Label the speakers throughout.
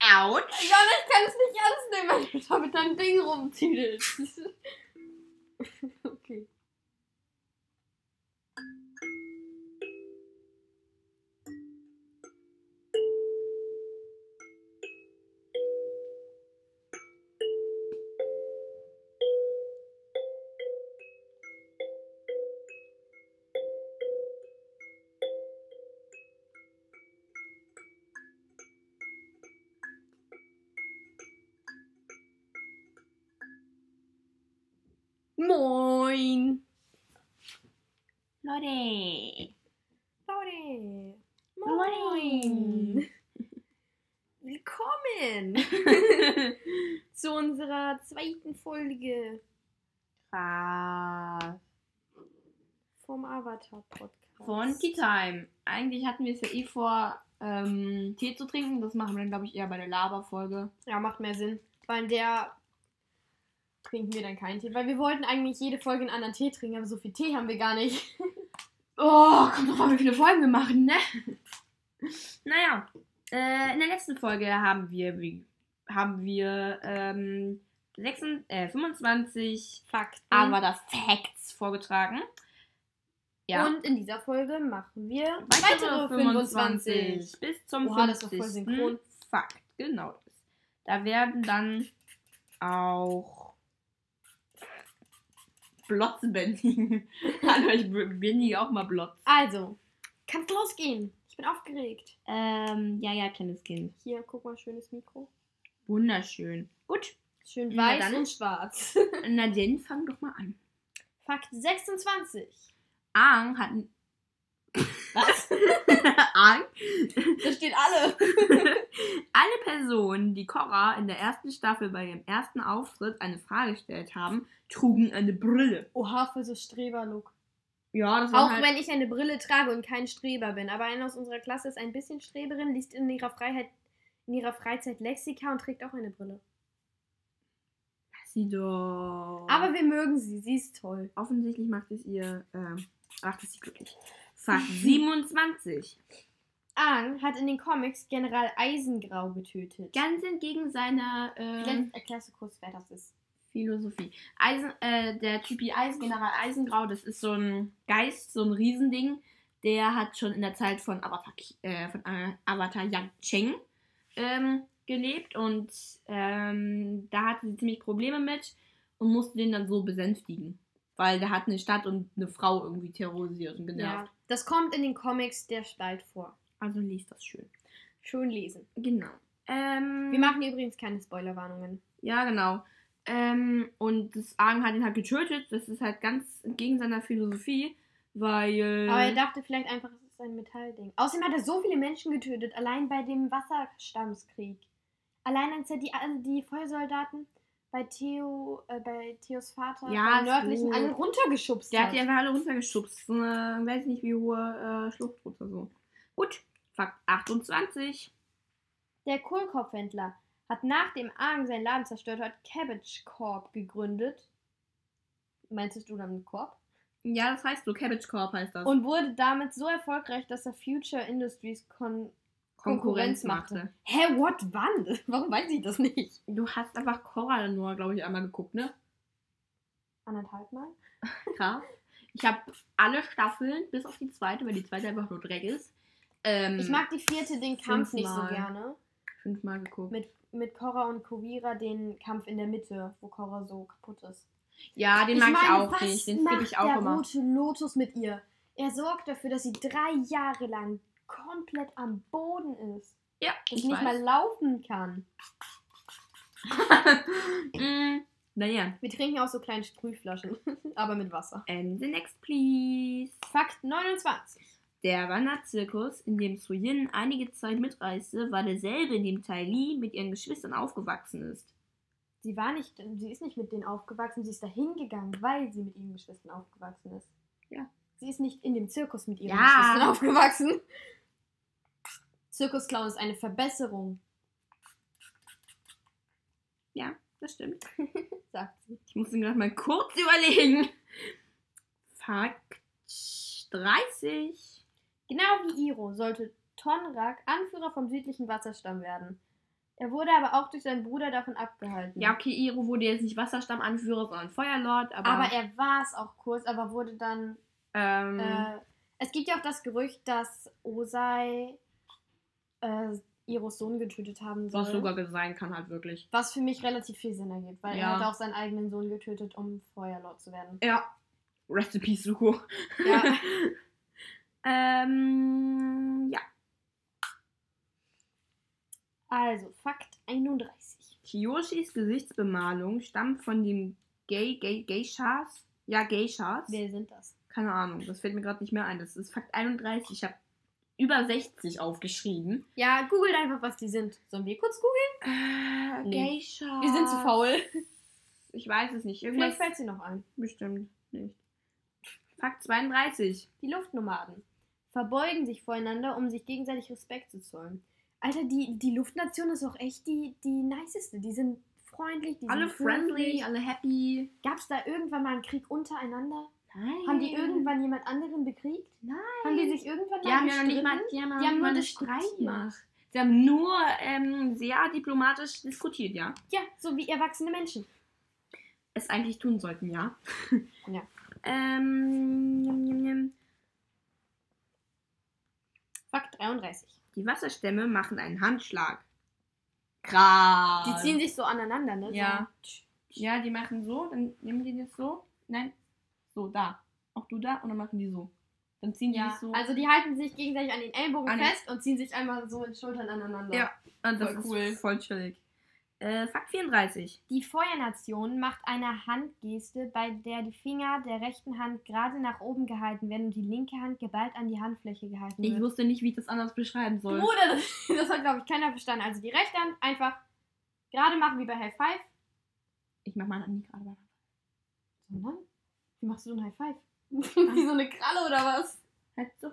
Speaker 1: Couch.
Speaker 2: Ja, ich kann es nicht ernst nehmen, wenn du da mit deinem Ding rumtiedelst. okay. Moin.
Speaker 1: Leute.
Speaker 2: Sorry.
Speaker 1: Moin.
Speaker 2: Willkommen zu unserer zweiten Folge
Speaker 1: Krass.
Speaker 2: vom Avatar Podcast.
Speaker 1: Von Tea Time. Eigentlich hatten wir es ja eh vor, ähm, Tee zu trinken. Das machen wir dann, glaube ich, eher bei der Laberfolge.
Speaker 2: Ja, macht mehr Sinn. Weil in der trinken wir dann keinen Tee. Weil wir wollten eigentlich jede Folge einen anderen Tee trinken, aber so viel Tee haben wir gar nicht.
Speaker 1: Oh, kommt drauf an, wie viele Folgen wir machen, ne? Naja, äh, in der letzten Folge haben wir, wie, haben wir ähm, 26, äh, 25
Speaker 2: Fakten.
Speaker 1: Avada Facts vorgetragen. Ja.
Speaker 2: Und in dieser Folge machen wir
Speaker 1: weitere 25 bis zum
Speaker 2: Oha,
Speaker 1: 50.
Speaker 2: das war voll synchron.
Speaker 1: Fakt, genau das. Da werden dann auch Blotzen bändigen. Hallo, ich bändige auch mal Blotz.
Speaker 2: Also, kann's losgehen. Ich bin aufgeregt.
Speaker 1: Ähm, ja, ja, kleines Kind.
Speaker 2: Hier, guck mal, schönes Mikro.
Speaker 1: Wunderschön. Gut,
Speaker 2: Schön
Speaker 1: Na
Speaker 2: weiß
Speaker 1: dann.
Speaker 2: und schwarz.
Speaker 1: na dann fang doch mal an.
Speaker 2: Fakt 26.
Speaker 1: Aang hat...
Speaker 2: Was?
Speaker 1: Aang?
Speaker 2: Da steht alle.
Speaker 1: Alle Personen, die Cora in der ersten Staffel bei ihrem ersten Auftritt eine Frage gestellt haben, trugen eine Brille.
Speaker 2: Oha, für so Streberlook.
Speaker 1: Ja, das war
Speaker 2: Auch
Speaker 1: halt...
Speaker 2: wenn ich eine Brille trage und kein Streber bin, aber eine aus unserer Klasse ist ein bisschen Streberin, liest in ihrer Freiheit in ihrer Freizeit Lexika und trägt auch eine Brille.
Speaker 1: Sie doch...
Speaker 2: Aber wir mögen sie, sie ist toll.
Speaker 1: Offensichtlich macht es ihr, ähm, macht es sie glücklich. Fakt 27.
Speaker 2: Aang hat in den Comics General Eisengrau getötet.
Speaker 1: Ganz entgegen seiner ähm,
Speaker 2: Vielleicht erklärst du kurz, wer das ist.
Speaker 1: Philosophie. Eisen, äh, der Typi Eisen, General Eisengrau, das ist so ein Geist, so ein Riesending. Der hat schon in der Zeit von Avatar, Ki- äh, von äh, Avatar Yang Cheng ähm, gelebt und ähm, da hatte sie ziemlich Probleme mit und musste den dann so besänftigen. Weil der hat eine Stadt und eine Frau irgendwie terrorisiert und genervt.
Speaker 2: Das kommt in den Comics der Spalt vor.
Speaker 1: Also liest das schön.
Speaker 2: Schön lesen.
Speaker 1: Genau. Ähm,
Speaker 2: Wir machen übrigens keine Spoilerwarnungen.
Speaker 1: ja, genau. Ähm, und das Argen hat ihn halt getötet. Das ist halt ganz entgegen seiner Philosophie, weil.
Speaker 2: Aber er dachte vielleicht einfach, es ist ein Metallding. Außerdem hat er so viele Menschen getötet, allein bei dem Wasserstammskrieg. Allein als er die, also die Vollsoldaten bei Theo, äh, bei Theos Vater,
Speaker 1: Ja,
Speaker 2: bei
Speaker 1: ist
Speaker 2: nördlichen
Speaker 1: gut.
Speaker 2: alle runtergeschubst
Speaker 1: der
Speaker 2: hat.
Speaker 1: hat die einfach alle runtergeschubst. So eine, weiß nicht wie hohe äh, Schlucht oder so. Gut, Fakt 28.
Speaker 2: Der Kohlkopfhändler hat nachdem Aang seinen Laden zerstört hat, Cabbage Corp gegründet. Meinst du dann Corp?
Speaker 1: Ja, das heißt so. Cabbage Corp heißt das.
Speaker 2: Und wurde damit so erfolgreich, dass er Future Industries Kon Konkurrenz machte. Hä, what? Wann? Warum weiß ich das nicht?
Speaker 1: Du hast einfach Cora nur, glaube ich, einmal geguckt, ne?
Speaker 2: Anderthalb Mal?
Speaker 1: Krass. Ich habe alle Staffeln, bis auf die zweite, weil die zweite einfach nur Dreck ist. Ähm,
Speaker 2: Ich mag die vierte, den Kampf nicht so
Speaker 1: Fünfmal.
Speaker 2: gerne.
Speaker 1: fünfmal geguckt.
Speaker 2: Mit, mit Korra und Kovira den Kampf in der Mitte, wo Korra so kaputt ist.
Speaker 1: Ja, den mag ich
Speaker 2: meine,
Speaker 1: auch
Speaker 2: was
Speaker 1: nicht. Den skippe ich
Speaker 2: macht
Speaker 1: auch
Speaker 2: der
Speaker 1: immer.
Speaker 2: rote Lotus mit ihr. Er sorgt dafür, dass sie drei Jahre lang komplett am Boden ist
Speaker 1: Ja,
Speaker 2: und nicht mal laufen kann.
Speaker 1: mm, naja.
Speaker 2: Wir trinken aus so kleinen Sprühflaschen, aber mit Wasser.
Speaker 1: And the next, please.
Speaker 2: Fakt 29.
Speaker 1: Der Wanderzirkus, in dem Suyin einige Zeit mitreiste, war derselbe, in dem Tai Li mit ihren Geschwistern aufgewachsen ist.
Speaker 2: Sie war nicht, sie ist nicht mit denen aufgewachsen, sie ist dahin gegangen, weil sie mit ihren Geschwistern aufgewachsen ist.
Speaker 1: Ja.
Speaker 2: Sie ist nicht in dem Zirkus mit ihren
Speaker 1: Ja.
Speaker 2: Geschwistern aufgewachsen. Zirkusclown ist eine Verbesserung,
Speaker 1: Das stimmt.
Speaker 2: sagt sie.
Speaker 1: Ich muss ihn gerade mal kurz überlegen. Fakt 30.
Speaker 2: Genau wie Iro sollte Tonrak Anführer vom südlichen Wasserstamm werden. Er wurde aber auch durch seinen Bruder davon abgehalten.
Speaker 1: Ja, okay, Iro wurde jetzt nicht Wasserstammanführer, sondern Feuerlord, aber,
Speaker 2: aber er war es auch kurz, aber wurde dann.
Speaker 1: ähm,
Speaker 2: Äh, es gibt ja auch das Gerücht, dass Osei äh, Iros Sohn getötet haben soll.
Speaker 1: was sogar sein kann halt wirklich.
Speaker 2: Was für mich relativ viel Sinn ergibt, weil
Speaker 1: Ja.
Speaker 2: er hat auch seinen eigenen Sohn getötet, um Feuerlord zu werden.
Speaker 1: Ja. Rest in peace, Suko.
Speaker 2: Ja.
Speaker 1: ähm, ja.
Speaker 2: Also, Fakt 31.
Speaker 1: Kiyoshis Gesichtsbemalung stammt von dem Gay, Gay, Geishas. Ja, Geishas.
Speaker 2: Wer sind das?
Speaker 1: Keine Ahnung, das fällt mir gerade nicht mehr ein. Das ist Fakt 31. Ich habe über 60 aufgeschrieben.
Speaker 2: Ja, googelt einfach, was die sind. Sollen wir kurz googeln?
Speaker 1: Äh,
Speaker 2: Nee.
Speaker 1: Geishas.
Speaker 2: Wir sind zu faul.
Speaker 1: Ich weiß es nicht. Irgendwas
Speaker 2: Vielleicht fällt sie noch ein.
Speaker 1: bestimmt nicht. Fakt 32.
Speaker 2: Die Luftnomaden verbeugen sich voreinander, um sich gegenseitig Respekt zu zollen. Alter, die, die Luftnation ist auch echt die, die niceste. Die sind freundlich, die
Speaker 1: alle
Speaker 2: sind
Speaker 1: friendly, alle happy.
Speaker 2: Gab es da irgendwann mal einen Krieg untereinander?
Speaker 1: Nein.
Speaker 2: Haben die irgendwann jemand anderen bekriegt?
Speaker 1: Nein.
Speaker 2: Haben die sich irgendwann
Speaker 1: Die
Speaker 2: mal
Speaker 1: haben ja noch nicht mal,
Speaker 2: gestritten?
Speaker 1: die haben,
Speaker 2: Die haben nur
Speaker 1: nur
Speaker 2: diskutiert.
Speaker 1: Streit gemacht. Sie haben nur ähm, sehr diplomatisch diskutiert, ja.
Speaker 2: Ja, so wie erwachsene Menschen.
Speaker 1: Es eigentlich tun sollten, ja.
Speaker 2: Ja.
Speaker 1: Ähm, jam, jam, jam.
Speaker 2: Fakt 33.
Speaker 1: Die Wasserstämme machen einen Handschlag. Krass.
Speaker 2: Die ziehen sich so aneinander, ne?
Speaker 1: Ja.
Speaker 2: So.
Speaker 1: Ja, die machen so, dann nehmen die das so. Nein, so, da. Auch du da und dann machen die so. Dann ziehen die
Speaker 2: Ja,
Speaker 1: das so.
Speaker 2: also die halten sich gegenseitig an den Ellbogen
Speaker 1: An den-
Speaker 2: fest und ziehen sich einmal so in die Schultern aneinander.
Speaker 1: Ja. und Ah, das
Speaker 2: voll
Speaker 1: ist
Speaker 2: cool.
Speaker 1: voll chillig. Äh, Fakt 34.
Speaker 2: Die Feuernation macht eine Handgeste, bei der die Finger der rechten Hand gerade nach oben gehalten werden und die linke Hand geballt an die Handfläche gehalten
Speaker 1: Ich
Speaker 2: wird.
Speaker 1: wusste nicht, wie ich das anders beschreiben soll.
Speaker 2: Bruder, das, das hat, glaube ich, keiner verstanden. Also die rechte Hand einfach gerade machen wie bei High Five.
Speaker 1: Ich mach mal nie gerade mal.
Speaker 2: Sondern? Wie machst du so ein High Five? wie so eine Kralle oder was?
Speaker 1: Halt so.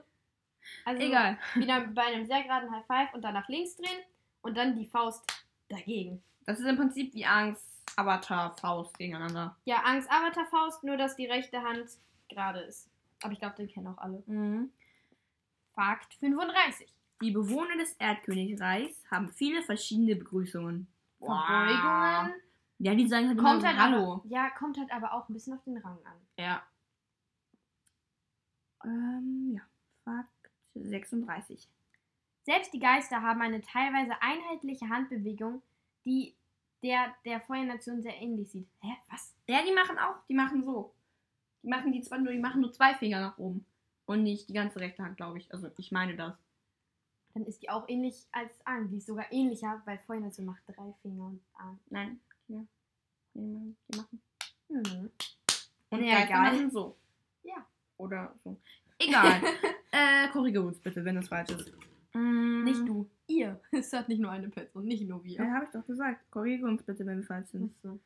Speaker 2: Also
Speaker 1: Egal.
Speaker 2: wieder bei einem sehr geraden High Five und dann nach links drehen und dann die Faust dagegen.
Speaker 1: Das ist im Prinzip wie Angst, Avatar, Faust gegeneinander.
Speaker 2: Ja, Angst-Avatar-Faust, nur dass die rechte Hand gerade ist. Aber ich glaube, den kennen auch alle. Fakt 35.
Speaker 1: Die Bewohner des Erdkönigreichs haben viele verschiedene Begrüßungen.
Speaker 2: Verbeugungen.
Speaker 1: Ja, die sagen halt immer
Speaker 2: Kommt
Speaker 1: so,
Speaker 2: halt
Speaker 1: Hallo.
Speaker 2: Aber, ja, kommt halt aber auch ein bisschen auf den Rang an.
Speaker 1: Ja. Ähm, ja. Fakt 36.
Speaker 2: Selbst die Geister haben eine teilweise einheitliche Handbewegung, die der der Feuernation sehr ähnlich sieht. Hä? Was?
Speaker 1: Ja, die machen auch, die machen so. Die machen die zwei, nur, die machen nur zwei Finger nach oben. Und nicht die ganze rechte Hand, glaube ich. Also ich meine das.
Speaker 2: Dann ist die auch ähnlich als Ang. Die ist sogar ähnlicher, weil Feuernation macht drei Finger und Ang.
Speaker 1: Nein. Ja. Die machen. die machen-
Speaker 2: Hm.
Speaker 1: Und
Speaker 2: Ja,
Speaker 1: ja,
Speaker 2: egal.
Speaker 1: egal. machen so.
Speaker 2: Ja.
Speaker 1: Oder so. Egal. äh, korrigiere uns bitte, wenn das falsch ist. Mm.
Speaker 2: Nicht du. Ihr. Es hat nicht nur eine Person, nicht nur wir. Hm.
Speaker 1: Ja, habe ich doch gesagt. Korrigiere uns bitte, wenn wir falsch sind.
Speaker 2: So.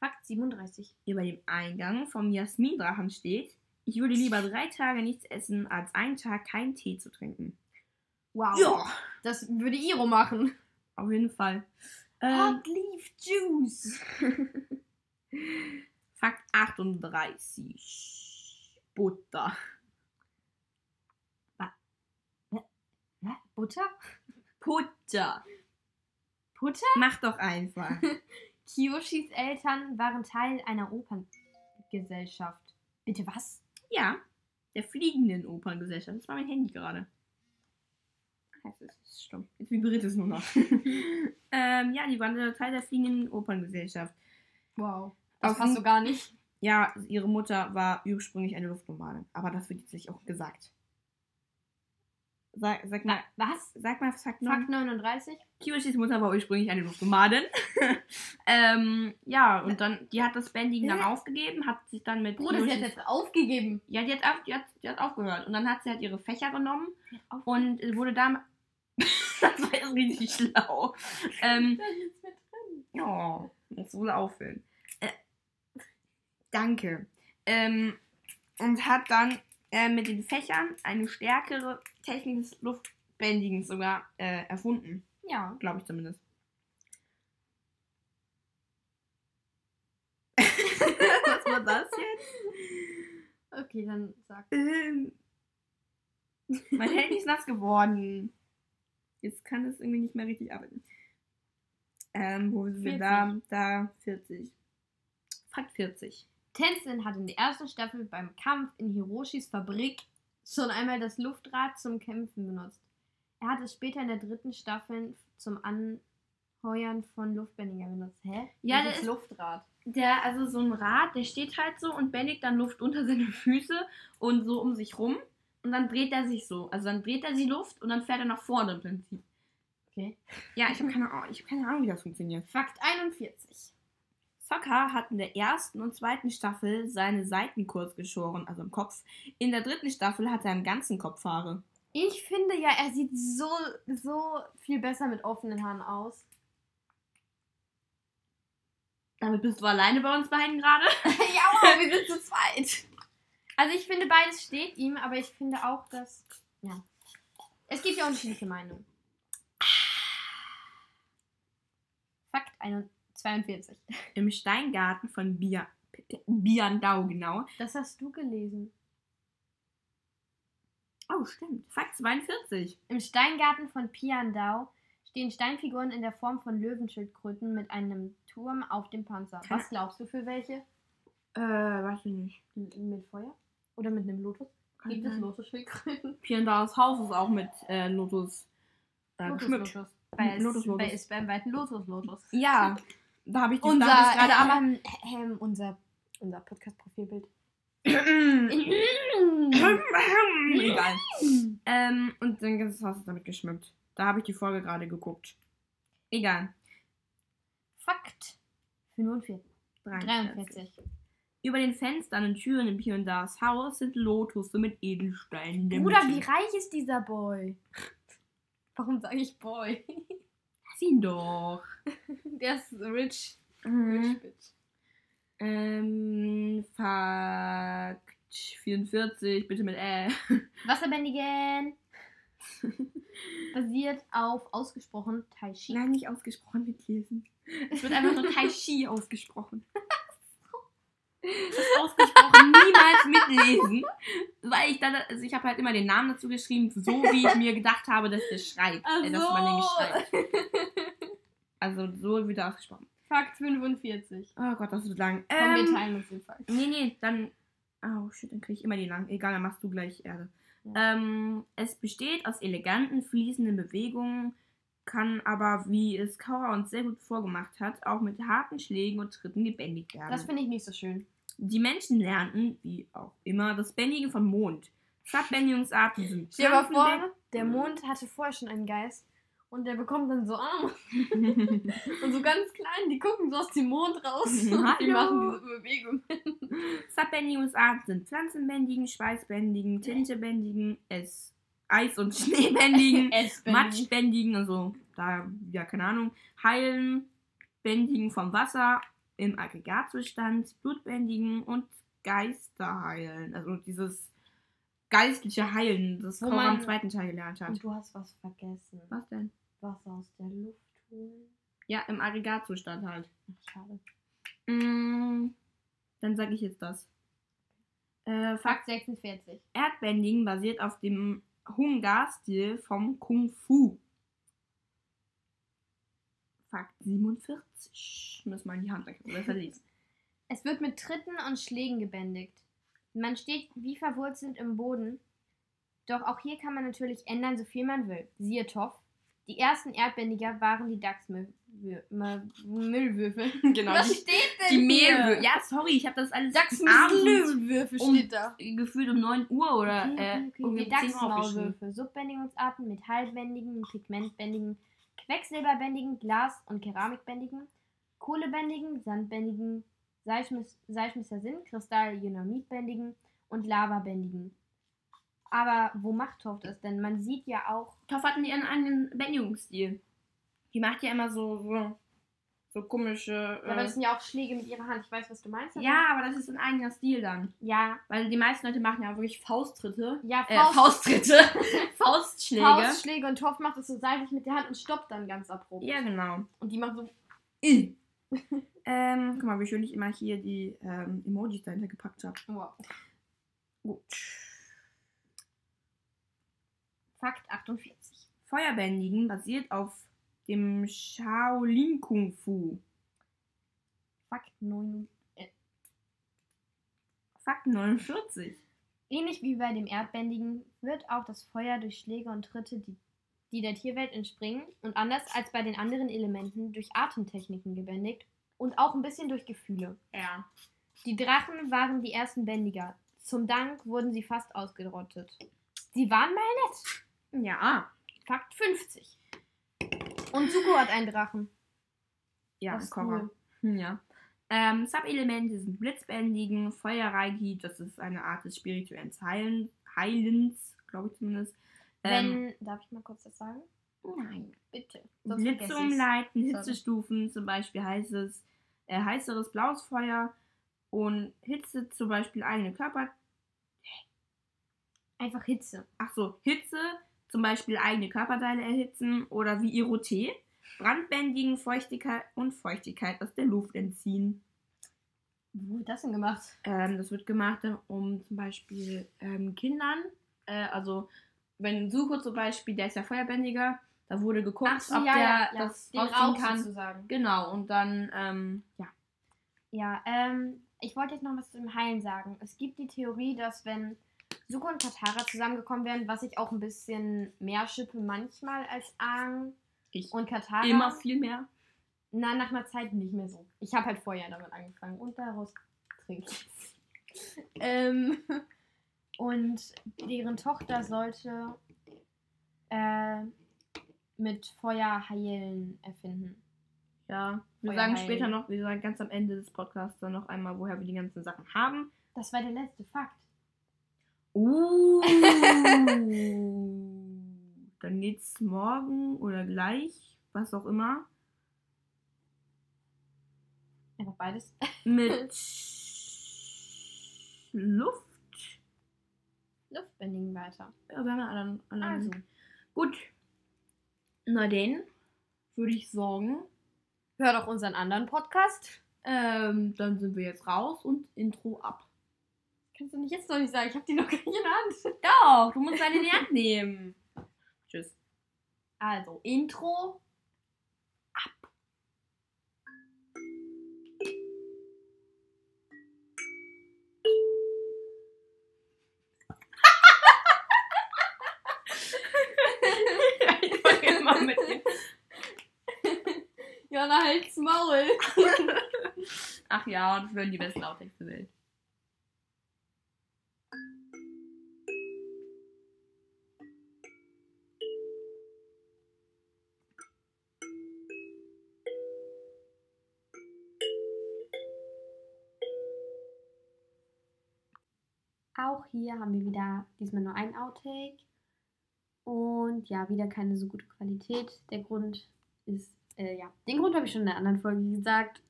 Speaker 2: Fakt 37.
Speaker 1: Über dem Eingang vom Jasmindrachen steht, ich würde lieber drei Tage nichts essen, als einen Tag keinen Tee zu trinken.
Speaker 2: Wow. Das würde Iro machen.
Speaker 1: auf jeden Fall. Ähm,
Speaker 2: Hot Leaf Juice.
Speaker 1: Fakt 38. Butter.
Speaker 2: Hä? Butter?
Speaker 1: Butter.
Speaker 2: Butter?
Speaker 1: Mach doch einfach.
Speaker 2: Kiyoshis Eltern waren Teil einer Operngesellschaft. Bitte was?
Speaker 1: ja, der fliegenden Operngesellschaft. Das war mein Handy gerade. Heißt, Es ist stumm. Jetzt vibriert es nur noch. ähm, ja, die waren Teil der fliegenden Operngesellschaft.
Speaker 2: Wow.
Speaker 1: das
Speaker 2: Das
Speaker 1: passt
Speaker 2: passt so gar nicht.
Speaker 1: Ja, ihre Mutter war ursprünglich eine Luftnomade. Aber das wird jetzt nicht auch gesagt. Sag, sag mal,
Speaker 2: Was?
Speaker 1: sag mal, sag mal.
Speaker 2: Fakt 39?
Speaker 1: Kiyoshis Mutter war ursprünglich eine Luftnomadin. ähm, ja, und dann, die hat das Banding dann
Speaker 2: Hä?
Speaker 1: aufgegeben, hat sich dann mit.
Speaker 2: Bruder, sie hat
Speaker 1: Kiyoshis-
Speaker 2: jetzt aufgegeben.
Speaker 1: ja, die hat, auf, die, hat, die hat aufgehört. Und dann hat sie halt ihre Fächer genommen und wurde damit. das war jetzt richtig schlau. Ähm, ja, das wurde auffüllen. Äh, danke. Ähm, und hat dann äh, mit den Fächern eine stärkere Technik des Luftbändigens sogar äh, erfunden.
Speaker 2: Ja.
Speaker 1: Glaube ich zumindest. Was war das jetzt?
Speaker 2: Okay, dann sag.
Speaker 1: Ähm, mein Handy ist nass geworden. Jetzt kann es irgendwie nicht mehr richtig arbeiten. Ähm, wo sind wir da? Da 40. Fakt 40.
Speaker 2: Tenzin hat in der ersten Staffel beim Kampf in Hiroshis Fabrik schon einmal das Luftrad zum Kämpfen benutzt. Er hat es später in der dritten Staffel zum Anheuern von Luftbändiger benutzt. Hä?
Speaker 1: Ja,
Speaker 2: Was
Speaker 1: der ist-
Speaker 2: Luftrad.
Speaker 1: Der, also so ein Rad, der steht halt so und bändigt dann Luft unter seine Füße und so um sich rum. Und dann dreht er sich so. Also dann dreht er die Luft und dann fährt er nach vorne im Prinzip.
Speaker 2: Okay.
Speaker 1: Ja, ich habe keine Ahnung, ich hab keine Ahnung, wie das funktioniert.
Speaker 2: Fakt 41.
Speaker 1: Sokka hat in der ersten und zweiten Staffel seine Seiten kurz geschoren, also im Kopf. In der dritten Staffel hat er im ganzen Kopf Haare.
Speaker 2: Ich finde ja, er sieht so, so viel besser mit offenen Haaren aus.
Speaker 1: Damit bist du alleine bei uns beiden gerade.
Speaker 2: ja, wir sind zu zweit. Also ich finde, beides steht ihm, aber ich finde auch, dass... Ja. Es gibt ja unterschiedliche Meinungen. Fakt 41 42.
Speaker 1: Im Steingarten von Bia, Biandau, genau.
Speaker 2: Das hast du gelesen.
Speaker 1: Oh, stimmt. Fakt 42.
Speaker 2: Im Steingarten von Piandau stehen Steinfiguren in der Form von Löwenschildkröten mit einem Turm auf dem Panzer.
Speaker 1: Keine-
Speaker 2: Was glaubst du für welche?
Speaker 1: Äh, weiß ich nicht.
Speaker 2: L- Mit Feuer? Oder mit einem Lotus? Mhm. Gibt es Lotus-Schildkröten?
Speaker 1: Piandaus Haus ist auch mit äh, Lotus äh, geschmückt.
Speaker 2: Lotus. Bei,
Speaker 1: Lotus,
Speaker 2: Lotus,
Speaker 1: Lotus.
Speaker 2: Bei, ist beim weiten Lotus, Lotus.
Speaker 1: Ja, da habe ich die
Speaker 2: Unser,
Speaker 1: da hab ich gerade aber.
Speaker 2: ähm, ähm, unser, unser Podcast-Profilbild.
Speaker 1: Egal. Ähm, und sein ganzes Haus ist damit geschmückt. Da habe ich die Folge gerade geguckt. Egal.
Speaker 2: Fakt 45.
Speaker 1: 43.
Speaker 2: 43.
Speaker 1: Über den Fenstern und Türen im Piandaus Haus sind Lotusse mit Edelsteinen. in der
Speaker 2: Bruder,
Speaker 1: Mitte.
Speaker 2: wie reich ist dieser Boy? Warum sage ich Boy?
Speaker 1: Lass ihn doch.
Speaker 2: Der ist rich.
Speaker 1: Mhm.
Speaker 2: Rich bitch.
Speaker 1: Ähm, Fakt 44, bitte mit L.
Speaker 2: Wasserbändigen. Basiert auf ausgesprochen Tai Chi.
Speaker 1: Nein, nicht ausgesprochen mitlesen. Es wird einfach nur Tai Chi ausgesprochen. Das ausgesprochen niemals mitlesen, weil ich dann, also ich habe halt immer den Namen dazu geschrieben, so wie ich mir gedacht habe, dass der schreibt,
Speaker 2: Ach
Speaker 1: äh, dass man den
Speaker 2: so.
Speaker 1: schreibt. Also so wird er ausgesprochen.
Speaker 2: Fakt 45.
Speaker 1: Oh Gott, das wird lang.
Speaker 2: Komm, wir
Speaker 1: Ähm,
Speaker 2: teilen uns den Fakt.
Speaker 1: nee, nee, dann, oh shit, dann kriege ich immer den lang. Egal, dann machst du gleich Erde.
Speaker 2: Ja.
Speaker 1: Ähm, es besteht aus eleganten, fließenden Bewegungen, kann aber, wie es Kaura uns sehr gut vorgemacht hat, auch mit harten Schlägen und Tritten gebändigt werden.
Speaker 2: Das finde ich nicht so schön.
Speaker 1: Die Menschen lernten, wie auch immer, das Bändigen vom Mond. Stabbändigungsarten sind
Speaker 2: Stell dir mal
Speaker 1: Pflanzenbändigen-
Speaker 2: vor, der Mond hatte vorher schon einen Geist. Und der bekommt dann so ah, Arme. Und so ganz klein. Die gucken so aus dem Mond raus. Und die
Speaker 1: Hallo.
Speaker 2: machen diese Bewegung.
Speaker 1: Stabbändigungsarten sind Pflanzenbändigen, Schweißbändigen, Tintebändigen, Es- Eis- und Schneebändigen.
Speaker 2: Essbändigen.
Speaker 1: Matschbändigen, also da, ja, keine Ahnung, heilen, bändigen vom Wasser im Aggregatzustand, blutbändigen und Geister heilen. Also dieses geistliche Heilen, das
Speaker 2: Wo
Speaker 1: Cora
Speaker 2: man-
Speaker 1: im zweiten Teil gelernt hat.
Speaker 2: Und du hast was vergessen.
Speaker 1: Was denn?
Speaker 2: Wasser aus der Luft holen.
Speaker 1: Ja, im Aggregatzustand halt.
Speaker 2: Ach, schade.
Speaker 1: Mm, dann sage ich jetzt das. Äh, Fakt
Speaker 2: Fakt 46.
Speaker 1: Erdbändigen basiert auf dem Hungar-Stil vom Kung Fu. Fakt 47. Müssen wir in die Hand reichen, oder verlesen.
Speaker 2: Es wird mit Tritten und Schlägen gebändigt. Man steht wie verwurzelt im Boden. Doch auch hier kann man natürlich ändern, so viel man will. Siehe Toff. Die ersten Erdbändiger waren die Dachsmüllwürfel.
Speaker 1: genau.
Speaker 2: Was
Speaker 1: Die,
Speaker 2: steht denn
Speaker 1: die Mehlwürfel.
Speaker 2: Ja,
Speaker 1: Ja, sorry, ich habe das alles abends
Speaker 2: Dachsmüllwürfel
Speaker 1: um-
Speaker 2: steht da.
Speaker 1: gefühlt um 9 Uhr oder äh, um
Speaker 2: Die
Speaker 1: 10 Uhr aufgeschrieben.
Speaker 2: Dachsmaulwürfel, Subbändigungsarten, Metallbändigen, Pigmentbändigen, Quecksilberbändigen, Glas- und Keramikbändigen, Kohlebändigen, Sandbändigen, Seismis- seismischer Sinn, Kristall, Dynamitbändigen und Lavabändigen. Aber wo machthaft ist, denn man sieht ja auch,
Speaker 1: Toff hatten ihren eigenen Bändigungsstil. Die macht ja immer so, so, so komische.
Speaker 2: ja, aber das
Speaker 1: Äh,
Speaker 2: sind ja auch Schläge mit ihrer Hand. Ich weiß, was du meinst. aber-
Speaker 1: ja, aber das ist ein eigener Stil dann.
Speaker 2: ja,
Speaker 1: Weil die meisten Leute machen ja wirklich Fausttritte.
Speaker 2: ja,
Speaker 1: Äh,
Speaker 2: Faust,
Speaker 1: Fausttritte. Faustschläge.
Speaker 2: Faustschläge und Toff macht es so seitlich mit der Hand und stoppt dann ganz abrupt.
Speaker 1: Ja, genau.
Speaker 2: Und die macht so
Speaker 1: ähm, guck mal, wie schön ich immer hier die ähm, Emojis dahinter gepackt habe.
Speaker 2: Wow.
Speaker 1: Gut.
Speaker 2: Fakt 48.
Speaker 1: Feuerbändigen basiert auf dem Shaolin Kung Fu.
Speaker 2: Fakt 9.
Speaker 1: Fakt 49.
Speaker 2: Ähnlich wie bei dem Erdbändigen wird auch das Feuer durch Schläge und Tritte, die, die der Tierwelt entspringen, und anders als bei den anderen Elementen durch Atemtechniken gebändigt und auch ein bisschen durch Gefühle.
Speaker 1: Ja.
Speaker 2: Die Drachen waren die ersten Bändiger. Zum Dank wurden sie fast ausgerottet. Sie waren mal
Speaker 1: Ja.
Speaker 2: Fakt 50. Und Zuko hat einen Drachen.
Speaker 1: Ja,
Speaker 2: Das ist
Speaker 1: Korra.
Speaker 2: cool.
Speaker 1: Hm, Ja. Ähm, Subelemente sind Blitzbändigen, Feuerreiki, das ist eine Art des spirituellen Heilen, Heilens, glaube ich zumindest. Ähm, oh
Speaker 2: Wenn, darf ich mal kurz das sagen?
Speaker 1: nein.
Speaker 2: Bitte.
Speaker 1: Blitze
Speaker 2: vergesse
Speaker 1: umleiten,
Speaker 2: Sorry.
Speaker 1: Hitzestufen, zum Beispiel heißes, äh, heißeres blaues Feuer und Hitze zum Beispiel eigene Körper,
Speaker 2: ich's. Einfach Hitze.
Speaker 1: ach so, Hitze, zum Beispiel eigene Körperteile erhitzen oder wie ihre Tee, Brandbändigen, Feuchtigkeit und Feuchtigkeit aus der Luft entziehen.
Speaker 2: Wo wird das denn gemacht?
Speaker 1: Ähm, das wird gemacht, um zum Beispiel ähm, Kindern, äh, also wenn Suko zum Beispiel, der ist ja Feuerbändiger, da wurde geguckt, ob der das
Speaker 2: den
Speaker 1: rausziehen
Speaker 2: Rauch
Speaker 1: kann.
Speaker 2: sozusagen.
Speaker 1: Genau, und dann, ähm, ja.
Speaker 2: Ja, ähm, ich wollte jetzt noch was zum Heilen sagen. Es gibt die Theorie, dass wenn Suko und Katara zusammengekommen wären, was ich auch ein bisschen mehr schippe manchmal als Aang
Speaker 1: Ich
Speaker 2: und Katara.
Speaker 1: immer viel mehr.
Speaker 2: Na, nach einer Zeit nicht mehr so. Ich habe halt vorher damit angefangen und daraus trinke ich es. ähm, und deren Tochter sollte äh, mit Feuer heilen erfinden.
Speaker 1: Ja, wir
Speaker 2: Feuer
Speaker 1: sagen
Speaker 2: heilen.
Speaker 1: später noch, wir sagen ganz am Ende des Podcasts dann noch einmal, woher wir die ganzen Sachen haben.
Speaker 2: Das war der letzte Fakt.
Speaker 1: Uh. dann geht's morgen oder gleich, was auch immer,
Speaker 2: Einfach beides.
Speaker 1: mit Luft.
Speaker 2: Luftbändigen weiter.
Speaker 1: Ja, wir haben ja anderen, anderen.
Speaker 2: Also.
Speaker 1: Gut. Na denn, würde ich sagen,
Speaker 2: Hör doch unseren anderen Podcast.
Speaker 1: ähm, dann sind wir jetzt raus und Intro ab.
Speaker 2: Kannst du nicht jetzt noch nicht sagen, ich habe die noch gar nicht in der Hand.
Speaker 1: Doch, du musst deine in die Hand nehmen. Tschüss.
Speaker 2: Also, Intro.
Speaker 1: ich fange immer mit dem.
Speaker 2: Jana, halt's Maul.
Speaker 1: Ach ja, und führen die besten Outtakes der Welt.
Speaker 2: Auch hier haben wir wieder diesmal nur ein Outtake. Und ja, wieder keine so gute Qualität. Der Grund ist, äh, ja, den Grund habe ich schon in der anderen Folge gesagt.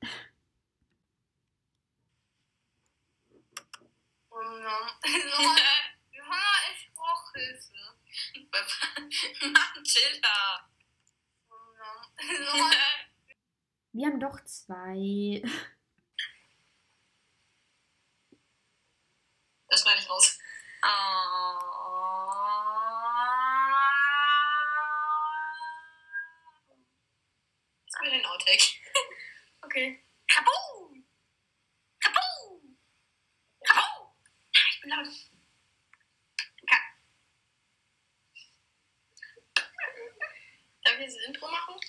Speaker 3: Hm. Johanna ist Kochhilfe. Matilda. Hm.
Speaker 2: Wir haben doch zwei.
Speaker 3: Das schneide ich raus. Ah. Jetzt haben wir den Outtake. Okay. Kaboom! Kaboom! Kaboom! Ja, ich bin laut. Ka Darf ich jetzt das Intro machen?